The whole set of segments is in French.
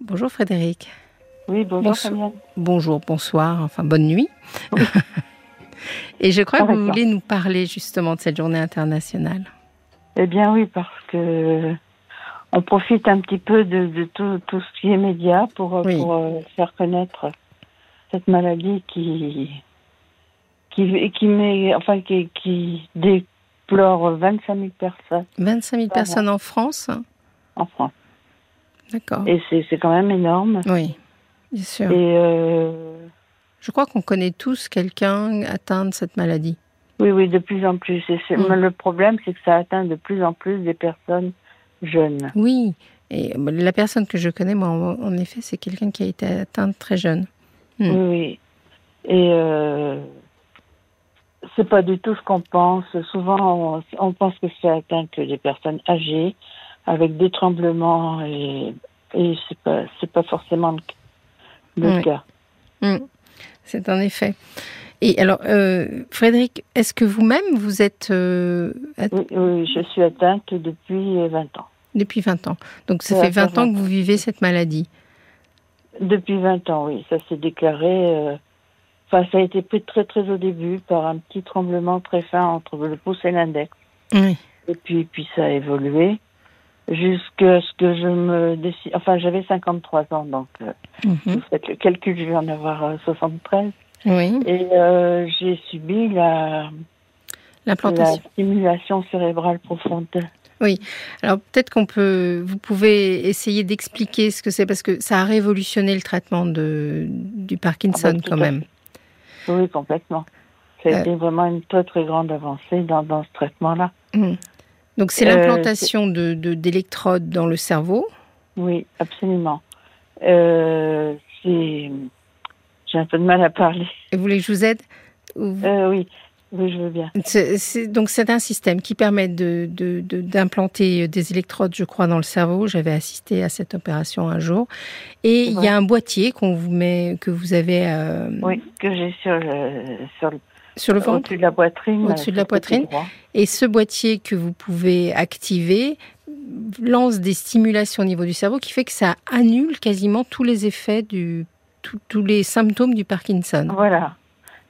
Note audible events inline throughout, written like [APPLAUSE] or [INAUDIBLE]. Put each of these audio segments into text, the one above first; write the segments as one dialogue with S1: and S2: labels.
S1: Bonjour Frédéric.
S2: Oui, bonjour
S1: Bonso-
S2: Fabienne.
S1: Bonjour, bonsoir, enfin bonne
S2: [LAUGHS]
S1: nuit. Et je crois que vous
S2: Correctement.
S1: voulez nous parler justement de cette journée internationale.
S2: Eh bien oui, parce que on profite un petit peu de, de tout, tout ce qui est média pour, euh,
S1: Oui.
S2: pour euh, faire connaître cette maladie qui qui qui met enfin qui, qui déplore 25 000 personnes
S1: 25 000
S2: Voilà.
S1: personnes en France hein.
S2: en France.
S1: D'accord.
S2: Et c'est c'est quand même énorme.
S1: Oui, bien sûr.
S2: Et euh,
S1: Je crois qu'on connaît tous quelqu'un atteint de cette maladie.
S2: oui, oui, de plus en plus. Et c'est-
S1: Mm.
S2: mais Le problème, c'est que ça atteint de plus en plus des personnes jeunes.
S1: Oui, et euh, la personne que je connais, moi, en en effet, c'est quelqu'un qui a été atteinte très jeune. Mm.
S2: Oui, oui. Et euh, c'est pas du tout ce qu'on pense. Souvent, on, on pense que ça atteint que les personnes âgées, avec des tremblements, et, et c'est pas, c'est pas forcément le, le
S1: Oui.
S2: cas.
S1: C'est un effet. Et alors, euh, Frédéric, est-ce que vous-même, vous êtes euh, at-
S2: Oui, oui, je suis atteinte depuis euh, 20 ans.
S1: depuis 20 ans Donc, ça
S2: Oui,
S1: fait
S2: à faire
S1: 20 ans que vous vivez cette maladie.
S2: Depuis 20 ans, oui. Ça s'est déclaré. euh, Enfin, ça a été pris très, très au début par un petit tremblement très fin entre le pouce et l'index.
S1: Oui.
S2: Et puis, puis ça a évolué jusqu'à ce que je me décide. Enfin, j'avais 53 ans, donc euh, vous faites le calcul, je vais en avoir euh, 73.
S1: Mhm. Oui.
S2: Et euh, j'ai subi la, la
S1: L'implantation.
S2: stimulation cérébrale profonde.
S1: Alors peut-être qu'on peut, vous pouvez essayer d'expliquer ce que c'est parce que ça a révolutionné le traitement de, du Parkinson
S2: Ah bah, tout
S1: quand
S2: à
S1: même.
S2: Oui, complètement. Ça a
S1: Euh.
S2: été vraiment une très très grande avancée dans, dans ce traitement-là.
S1: Donc c'est
S2: Euh,
S1: l'implantation de de- d'électrodes dans le cerveau.
S2: Oui, absolument. Euh, c'est- j'ai un peu de mal à parler.
S1: Et Vous voulez que je vous aide Ou vous-
S2: Euh, oui, oui, je veux bien.
S1: C'est- c'est- donc c'est un système qui permet de- de- de- d'implanter euh, des électrodes, je crois, dans le cerveau. J'avais assisté à cette opération un jour. Et il y
S2: Ouais.
S1: a un boîtier qu'on vous met, que vous avez euh,
S2: Oui, que j'ai sur le, sur le
S1: sur le ventre.
S2: Au-dessus de la poitrine.
S1: Au-dessus de la
S2: sur le côté
S1: poitrine.
S2: droit.
S1: Et ce boîtier que vous pouvez activer lance des stimulations au niveau du cerveau qui fait que ça annule quasiment tous les effets du tous- tous les symptômes du Parkinson.
S2: Voilà.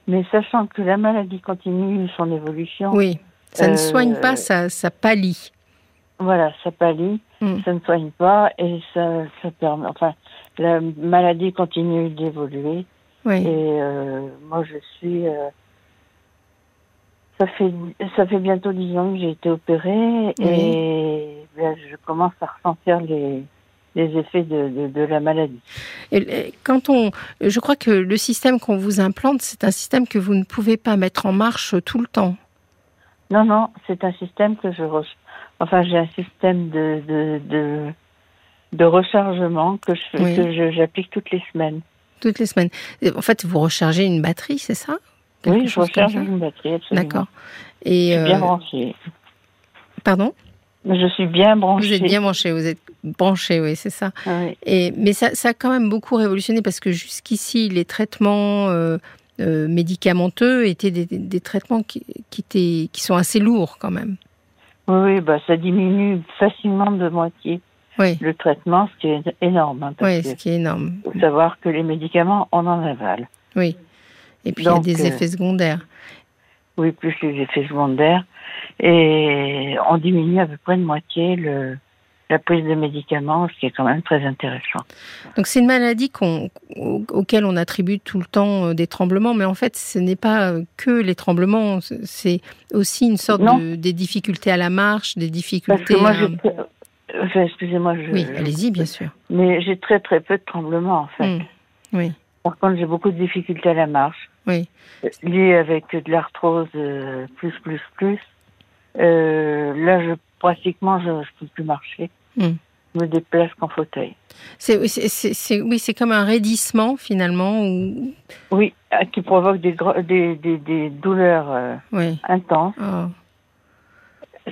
S2: Mais sachant que la maladie continue son évolution,
S1: Oui, ça ne
S2: Euh,
S1: soigne pas, ça, ça pallie.
S2: voilà, ça pallie,
S1: Mm.
S2: ça ne soigne pas et ça, ça permet. Enfin, la maladie continue d'évoluer
S1: Oui.
S2: et euh, moi je suis. euh, ça fait ça fait bientôt dix ans que j'ai été opérée et ben, je commence à ressentir les les effets de, de, de la maladie.
S1: Et- et Quand on, je crois que le système qu'on vous implante, c'est un système que vous ne pouvez pas mettre en marche tout le temps.
S2: Non, non, c'est un système que je... re- Enfin, j'ai un système de, de, de, de rechargement que je
S1: Oui.
S2: que je- j'applique toutes les semaines.
S1: Toutes les semaines. Et En fait, vous rechargez une batterie, c'est ça Quelque
S2: oui, je
S1: chose comme
S2: recharge
S1: ça
S2: une batterie, absolument.
S1: D'accord. Et
S2: Je suis bien
S1: euh,
S2: branchée.
S1: pardon,
S2: Je suis bien
S1: vous
S2: branchée.
S1: êtes bien branché, vous êtes branché, oui, c'est ça.
S2: Oui.
S1: Et, mais ça, ça a quand même beaucoup révolutionné parce que jusqu'ici, les traitements euh, euh, médicamenteux étaient des, des- des traitements qui, qui, étaient, qui sont assez lourds quand même.
S2: Oui, oui, bah, ça diminue facilement de moitié
S1: Oui,
S2: le traitement, ce qui est énorme. hein, parce
S1: oui
S2: que
S1: ce qui est énorme.
S2: faut savoir que les médicaments, on en avale.
S1: Et puis,
S2: Donc,
S1: il y a des
S2: euh,
S1: effets secondaires.
S2: Oui, plus les effets secondaires. Et on diminue à peu près de moitié le, la prise de médicaments, ce qui est quand même très intéressant.
S1: Donc c'est une maladie qu'on- au- auquel on attribue tout le temps euh, des tremblements, mais en fait ce n'est pas euh, que les tremblements, c- c'est aussi une sorte
S2: Non.
S1: de, des difficultés à la marche, des
S2: Parce
S1: difficultés.
S2: que moi,
S1: à-
S2: j'ai très- enfin, excusez-moi, je...
S1: euh, Oui, allez-y bien sûr.
S2: mais j'ai très très peu de tremblements en fait.
S1: Mm. Oui,
S2: Par contre, j'ai beaucoup de difficultés à la marche,
S1: oui,
S2: euh, liées avec de l'arthrose euh, plus plus plus. Euh, là, je pratiquement, je ne peux plus marcher.
S1: Mm.
S2: Je me déplace qu'en fauteuil.
S1: c'est c'est- c'est- c'est- oui c'est comme un raidissement finalement ou
S2: Oui, euh, qui provoque des gro- des, des, des douleurs euh,
S1: oui.
S2: intenses.
S1: Ah.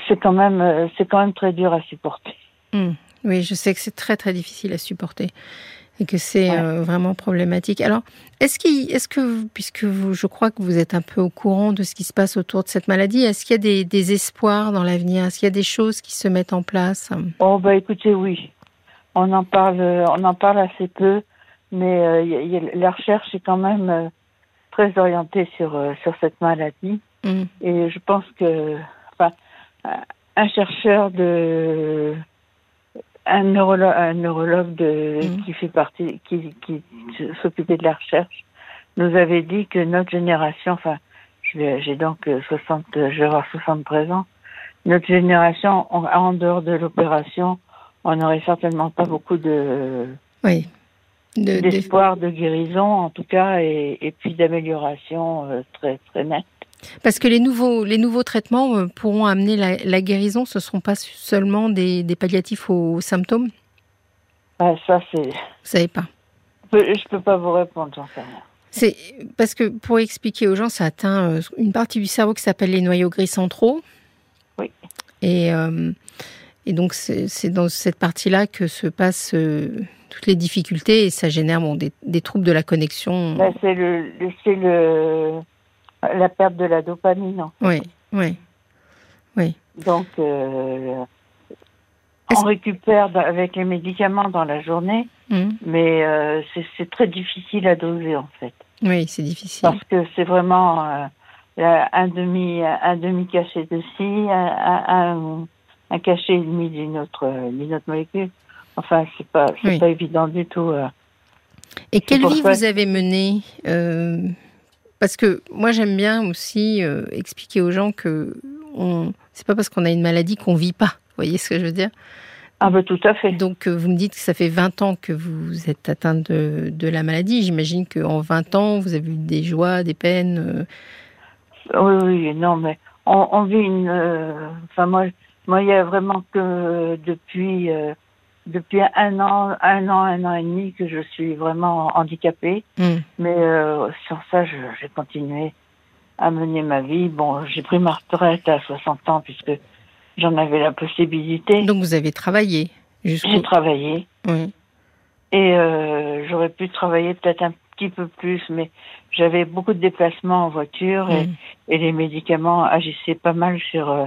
S2: C'est quand même euh, c'est quand même très dur à supporter.
S1: Oui, je sais que c'est très très difficile à supporter et que c'est
S2: Ouais.
S1: euh, vraiment problématique. Alors, est-ce qu'il, est-ce que, vous- puisque vous, je crois que vous êtes un peu au courant de ce qui se passe autour de cette maladie, est-ce qu'il y a des, des espoirs dans l'avenir Est-ce qu'il y a des choses qui se mettent en place
S2: Oh bah écoutez, oui. on en parle, on en parle assez peu, mais euh, y a- y a- la recherche est quand même euh, très orientée sur euh, sur cette maladie.
S1: Mm.
S2: Et je pense que enfin, un chercheur de un neurologue, un neurologue de,
S1: Mhm.
S2: qui fait partie, qui, qui s'occupait de la recherche, nous avait dit que notre génération, enfin, je vais- j'ai donc euh, 60, je vais avoir 73 ans, notre génération, en- en dehors de l'opération, on n'aurait certainement pas beaucoup de
S1: Oui. De- de-
S2: d'espoir de guérison, en tout cas, et, et puis d'amélioration euh, très très nette.
S1: Parce que les nouveaux, les nouveaux traitements euh, pourront amener la, la guérison, ce ne seront pas seulement des, des palliatifs aux, aux symptômes Vous
S2: Ouais, ça, c'est
S1: savez pas.
S2: Peu- Je peux pas vous répondre, j'en sais rien.
S1: C'est parce que pour expliquer aux gens, ça atteint euh, une partie du cerveau qui s'appelle les noyaux gris centraux.
S2: Oui.
S1: Et, euh, et donc c'est c'est dans cette partie-là que se passent euh, toutes les difficultés et ça génère bon, des, des troubles de la connexion.
S2: Là, c'est le, le- c'est le, la perte de la dopamine. hein.
S1: Oui, oui.
S2: Donc, euh, on
S1: Est-ce-
S2: récupère dans- avec les médicaments dans la journée,
S1: Hum.
S2: mais euh, c'est- c'est très difficile à doser en fait,
S1: Oui, c'est difficile.
S2: parce que c'est vraiment euh, la- un demi, un demi cachet de ci, un, un, un- un cachet et demi d'une autre, d'une autre molécule. Enfin, c'est pas, c'est
S1: Oui.
S2: pas évident du tout. euh.
S1: Et quelle
S2: pour
S1: vie
S2: ça
S1: vous avez menée euh, Parce que moi j'aime bien aussi euh, expliquer aux gens que on... c'est pas parce qu'on a une maladie qu'on vit pas. Vous voyez ce que je veux dire
S2: Ah ben tout à fait.
S1: Donc, euh, vous me dites que ça fait 20 ans que vous êtes atteinte de, de la maladie. J'imagine qu'en 20 ans, vous avez eu des joies, des peines. euh,
S2: Oui, oui, non, mais on, on vit une. euh, Enfin, moi, moi, il y a vraiment que depuis euh, depuis un an, un an, un an et demi que je suis vraiment handicapée.
S1: Mm.
S2: Mais euh, sur ça, je- j'ai continué à mener ma vie. Bon, j'ai pris ma retraite à 60 ans puisque j'en avais la possibilité.
S1: Mm. Donc, vous avez travaillé
S2: J'ai
S1: jusqu'au. Mm.
S2: travaillé.
S1: Oui.
S2: Et euh, j'aurais pu travailler peut-être un petit peu plus, mais j'avais beaucoup de déplacements en voiture et,
S1: Mm.
S2: et les médicaments agissaient pas mal sur, euh,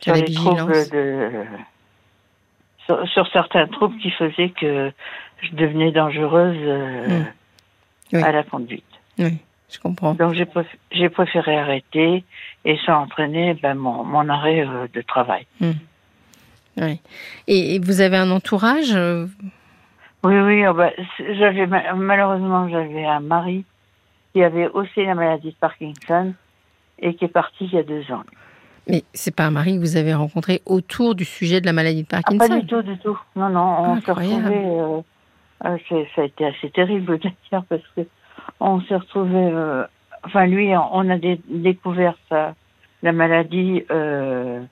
S1: Sur
S2: sur
S1: la
S2: les troubles
S1: vigilance.
S2: de sur, sur certains troubles qui faisaient que je devenais dangereuse euh,
S1: Mm. Oui.
S2: à la conduite.
S1: Oui, je comprends.
S2: Donc j'ai préf- j'ai préféré arrêter et ça entraînait ben, mon, mon arrêt euh, de travail.
S1: Et, et vous avez un entourage euh,
S2: Oui, oui, oh ben, c'est- j'avais ma- malheureusement j'avais un mari qui avait aussi la maladie de Parkinson et qui est parti il y a deux ans.
S1: Mais c'est pas un mari que vous avez rencontré autour du sujet de la maladie de
S2: Ah,
S1: Parkinson
S2: pas du tout, du tout. Non, non, on s'est
S1: Incroyable.
S2: retrouvés. euh, euh, c'est- ça a été assez terrible d'ailleurs parce que on s'est retrouvés. euh, enfin, lui, on a dé- découvert sa, la maladie euh,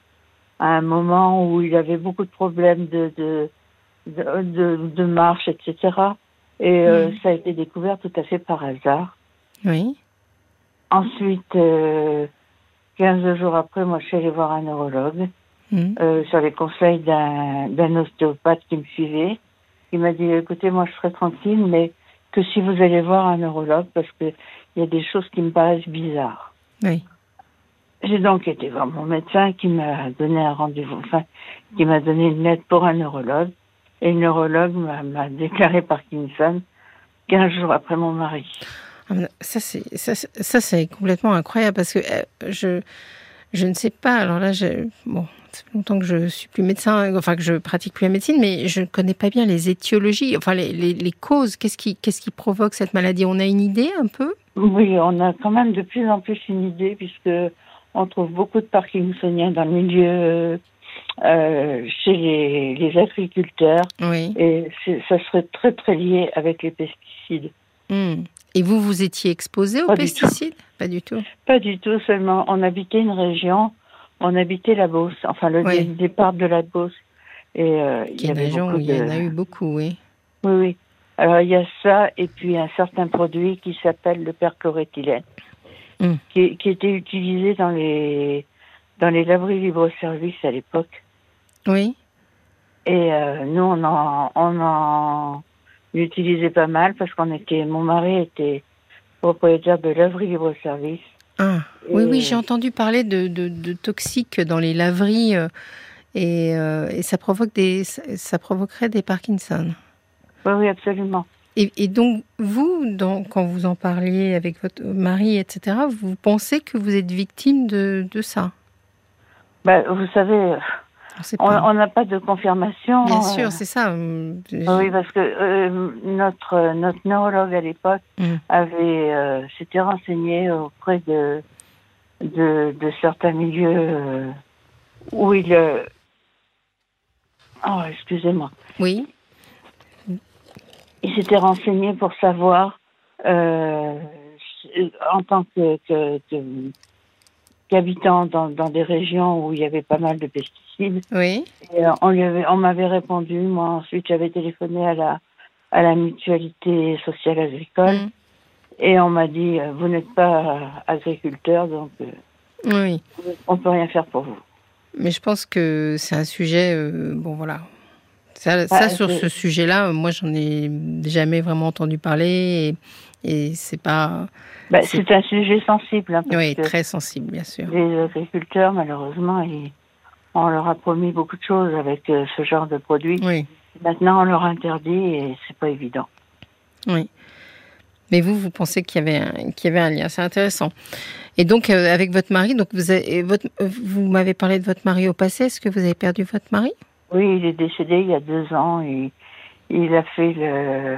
S2: à un moment où il avait beaucoup de problèmes de de de, de- de marche, etc. Et euh,
S1: Mhm.
S2: ça a été découvert tout à fait par hasard.
S1: Oui.
S2: Ensuite, euh, 15 jours après, moi, je suis allée voir un neurologue
S1: Mm.
S2: euh, sur les conseils d'un d'un ostéopathe qui me suivait. Il m'a dit écoutez, moi je serai tranquille, mais que si vous allez voir un neurologue, parce que il y a des choses qui me paraissent bizarres.
S1: Oui.
S2: J'ai donc été voir mon médecin qui m'a donné un rendez-vous, enfin, qui m'a donné une lettre pour un neurologue. Et le neurologue m'a- m'a déclaré Parkinson 15 jours après mon mari.
S1: Ah, mais Ça, c'est ça, c'est- ça, c'est complètement incroyable parce que euh, je, je ne sais pas. Alors là, je, bon, ça fait longtemps que je suis plus médecin, enfin que je pratique plus la médecine, mais je ne connais pas bien les étiologies, enfin les, les, les causes. Qu'est-ce qui, qu'est-ce qui provoque cette maladie On a une idée un peu
S2: Oui, on a quand même de plus en plus une idée puisque on trouve beaucoup de parkinsoniens dans le milieu euh, euh, chez les, les agriculteurs
S1: Oui.
S2: et c'est- ça serait très très lié avec les pesticides.
S1: Hmm. Et vous, vous étiez exposé aux
S2: Pas du
S1: pesticides Pas du tout.
S2: Pas du tout seulement, on habitait une région, on habitait la Beauce, enfin le
S1: Oui.
S2: dé- départ de la Beauce. Et euh, il
S1: Qui
S2: y
S1: est une
S2: avait
S1: région
S2: beaucoup
S1: où il y
S2: de-
S1: en a eu beaucoup, oui.
S2: Oui, oui. Alors, il y a ça et puis un certain produit qui s'appelle le perchloroéthylène,
S1: Mm.
S2: qui, qui était utilisé dans les, dans les laveries libre-service à l'époque.
S1: Oui.
S2: Et euh, nous, on en, on en utilisait pas mal parce qu'on était, mon mari était propriétaire de laverie libre-service.
S1: Ah. Oui,
S2: Et-
S1: oui, j'ai entendu parler de, de, de toxiques dans les laveries. euh, Et, euh, et ça, provoque des, ça provoquerait des Parkinson.
S2: Oui, oui, absolument.
S1: Et, et donc, vous, dans, quand vous en parliez avec votre mari, etc., vous pensez que vous êtes victime de, de ça
S2: Ben, vous savez,
S1: sait
S2: on
S1: pas.
S2: on n'a pas de confirmation.
S1: Bien
S2: euh,
S1: sûr, c'est ça. hum, je-
S2: Oui, parce que euh, notre euh, notre neurologue à l'époque
S1: Mm.
S2: avait euh, s'était renseigné auprès de de, de certains milieux euh, où il euh, oh excusez-moi
S1: Oui,
S2: il s'était renseigné pour savoir euh, en tant que, que- que- qu'habitant dans, dans des régions où il y avait pas mal de pesticides
S1: oui.
S2: Et, euh, on lui avait, on m'avait répondu. Moi, ensuite, j'avais téléphoné à la, à la mutualité sociale agricole
S1: Mm.
S2: et on m'a dit euh, vous n'êtes pas euh, agriculteur, donc euh,
S1: Oui.
S2: on peut rien faire pour vous.
S1: Mais je pense que c'est un sujet. euh, bon, voilà. Ça,
S2: Bah,
S1: ça, sur
S2: je-
S1: ce sujet-là, euh, moi, j'en ai jamais vraiment entendu parler. Et, et c'est pas.
S2: Bah,
S1: C'est-
S2: c'est un sujet sensible hein, parce
S1: Oui,
S2: que
S1: très sensible, bien sûr.
S2: les agriculteurs, malheureusement, ils- on leur a promis beaucoup de choses avec euh, ce genre de produits.
S1: Oui,
S2: Maintenant, on leur interdit et c'est pas évident.
S1: oui. Mais vous, vous pensez qu'il y avait un, qu'il y avait un lien. C'est intéressant. Et donc, euh, avec votre mari, donc vous, avez- et votre, euh, vous m'avez parlé de votre mari au passé. Est-ce que vous avez perdu votre mari
S2: Oui, il est décédé il y a deux ans. Et il a fait le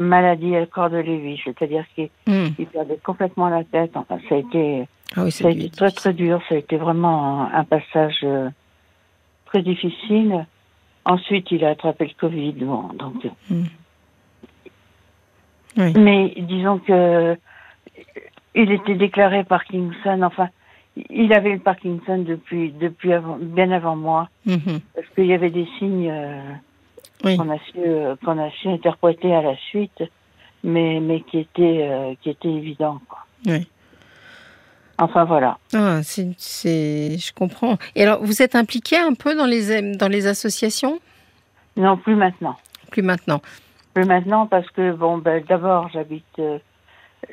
S2: maladie à corps de Lévis, c'est-à-dire qu'il
S1: Hmm.
S2: il perdait complètement la tête. Enfin, ça a été,
S1: Ah oui,
S2: ça
S1: c'est
S2: a été très très dur. Ça a été vraiment un, un passage euh, très difficile. Ensuite, il a attrapé le Covid. Bon, donc. euh,
S1: Mm. Oui.
S2: Mais disons que euh, il était déclaré Parkinson. Enfin, il avait le Parkinson depuis depuis avant, bien avant moi,
S1: Mhm.
S2: parce qu'il y avait des signes euh,
S1: Oui.
S2: qu'on a su euh, qu'on a su interpréter à la suite, mais mais qui étaient euh, qui étaient évidents. Quoi.
S1: Oui.
S2: Enfin voilà.
S1: Ah, c'est, c'est- je comprends. Et alors, vous êtes impliqué un peu dans les, dans les associations
S2: Non, plus maintenant.
S1: Plus maintenant.
S2: Plus maintenant parce que bon, ben, d'abord j'habite, euh,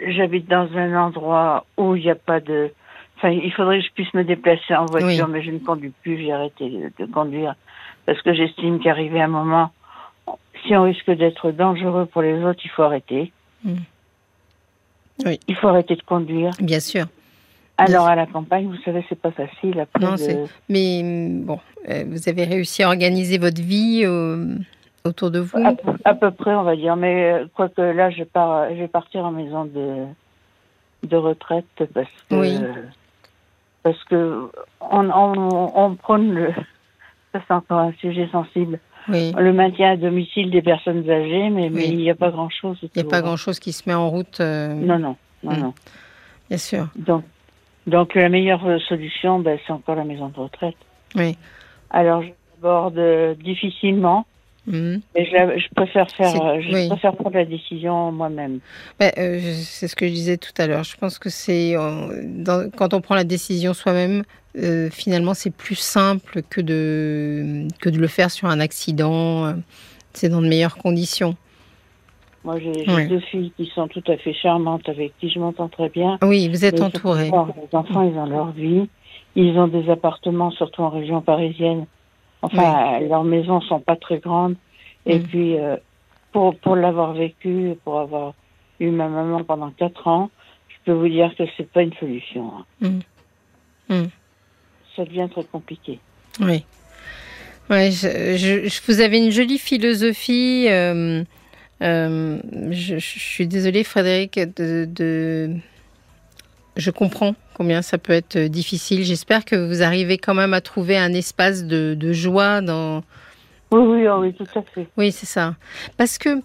S2: j'habite dans un endroit où il n'y a pas de. Enfin, il faudrait que je puisse me déplacer en voiture, mais je ne conduis plus. J'ai arrêté de, de conduire parce que j'estime qu'arrivé un moment, si on risque d'être dangereux pour les autres, il faut arrêter.
S1: Mm. Oui.
S2: Il faut arrêter de conduire.
S1: Bien sûr.
S2: Alors à la campagne, vous savez, c'est pas facile. Après,
S1: Non,
S2: de-
S1: c'est- Mais hum, bon, euh, vous avez réussi à organiser votre vie euh, autour de vous
S2: à, à peu près, on va dire. Mais euh, quoique là, je pars, je vais partir en maison de de retraite parce que
S1: Oui.
S2: parce que on, on, on prône le ça c'est encore un sujet sensible
S1: Oui.
S2: le maintien à domicile des personnes âgées, mais mais
S1: Oui.
S2: il n'y a pas grand chose.
S1: Il n'y a pas grand-chose qui se met en route, euh,
S2: Non non non
S1: Mm.
S2: non.
S1: bien sûr.
S2: Donc donc la meilleure euh, solution, ben, c'est encore la maison de retraite.
S1: Oui.
S2: Alors je l'aborde euh, difficilement,
S1: Hum.
S2: mais je, la- je préfère faire
S1: C'est-
S2: euh, je
S1: oui.
S2: préfère prendre la décision moi-même.
S1: Ben, euh, je- c'est ce que je disais tout à l'heure. Je pense que c'est on- dans- quand on prend la décision soi-même, euh, finalement, c'est plus simple que de que de le faire sur un accident. euh, C'est dans de meilleures conditions.
S2: Moi, j'ai j'ai
S1: Oui.
S2: deux filles qui sont tout à fait charmantes, avec qui je m'entends très bien.
S1: Ah Oui, vous êtes
S2: Mais
S1: entouré.
S2: surtout, Les enfants, ils ont leur vie. Ils ont des appartements, surtout en région parisienne. Enfin, euh, leurs maisons sont pas très grandes. Et
S1: Mm.
S2: puis, euh, pour, pour l'avoir vécu, pour avoir eu ma maman pendant quatre ans, je peux vous dire que c'est pas une solution. hein.
S1: Mm. Mm.
S2: Ça devient très compliqué.
S1: Oui. Ouais, je, je- je- vous avez une jolie philosophie. euh, euh, je, je suis désolée, Frédéric, de, de- Je comprends combien ça peut être difficile. J'espère que vous arrivez quand même à trouver un espace de, de joie dans.
S2: Oui, oui, oh oui, tout à fait.
S1: Oui, c'est ça. Parce que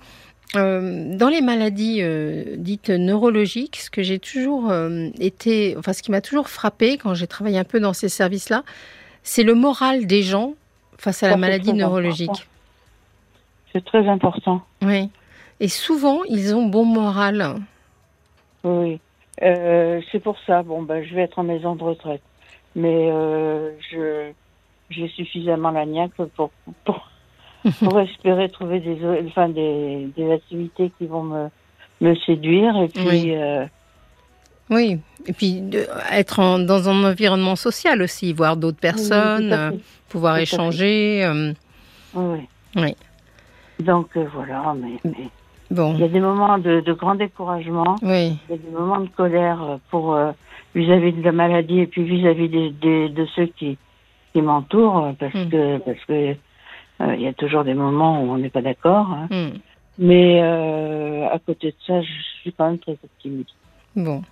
S1: euh, dans les maladies euh, dites neurologiques, ce que j'ai toujours euh, été, enfin ce qui m'a toujours frappé quand j'ai travaillé un peu dans ces services-là, c'est le moral des gens face à
S2: Ça,
S1: la
S2: c'est
S1: maladie
S2: très important.
S1: neurologique.
S2: C'est très important.
S1: Oui. Et souvent, ils ont bon moral.
S2: Oui, euh, c'est pour ça. Bon, ben, je vais être en maison de retraite, mais euh, je j'ai suffisamment la niaque pour
S1: [LAUGHS]
S2: pour, pour espérer trouver des o- enfin des, des activités qui vont me me séduire et puis
S1: Oui.
S2: euh,
S1: Oui, et puis de- être en- dans un environnement social aussi, voir d'autres personnes,
S2: tout à
S1: euh,
S2: fait.
S1: pouvoir
S2: Tout à fait.
S1: échanger. euh,
S2: Oui.
S1: Oui. Mm.
S2: Donc euh, voilà, mais mais il
S1: bon,
S2: y a des moments de, de grand découragement,
S1: oui,
S2: il y a des moments de colère euh, pour euh, vis-à-vis de la maladie et puis vis-à-vis des- des- de ceux qui, qui m'entourent, euh, parce
S1: Mm.
S2: que parce que euh, il y a toujours des moments où on n'est pas d'accord. hein.
S1: hmm,
S2: Mais euh, à côté de ça, je suis quand même très optimiste.
S1: bon.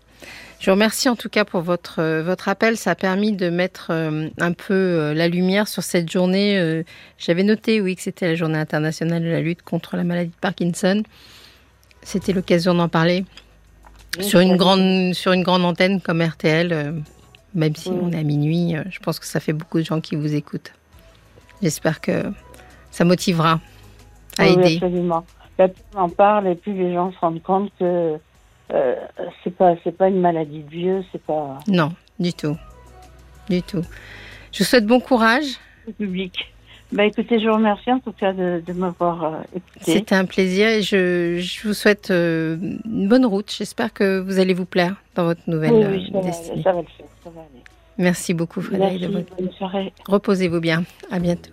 S1: Je vous remercie en tout cas pour votre, euh, votre appel. Ça a permis de mettre euh, un peu euh, la lumière sur cette journée. euh, J'avais noté, oui, que c'était la journée internationale de la lutte contre la maladie de Parkinson. C'était l'occasion d'en parler sur une, grande, sur une grande antenne comme RTL, euh, même si
S2: Oui.
S1: on est à minuit. euh, je pense que ça fait beaucoup de gens qui vous écoutent. J'espère que ça motivera à
S2: Ah Oui,
S1: aider.
S2: absolument. Là, plus on en parle et plus les gens se rendent compte que euh, c'est pas c'est pas une maladie de vieux, c'est pas
S1: Non, du tout. Du tout. Je vous souhaite bon courage.
S2: le public. Bah écoutez, je vous remercie en tout cas de, de m'avoir euh, écouté.
S1: C'était un plaisir et je, je vous souhaite euh, une bonne route. J'espère que vous allez vous plaire dans votre nouvelle
S2: Oui,
S1: euh,
S2: oui, ça, va,
S1: destinée.
S2: ça va le faire, ça va aller.
S1: Merci beaucoup, Frédéric. de
S2: Merci,
S1: votre-
S2: bonne soirée.
S1: Reposez-vous bien. À bientôt.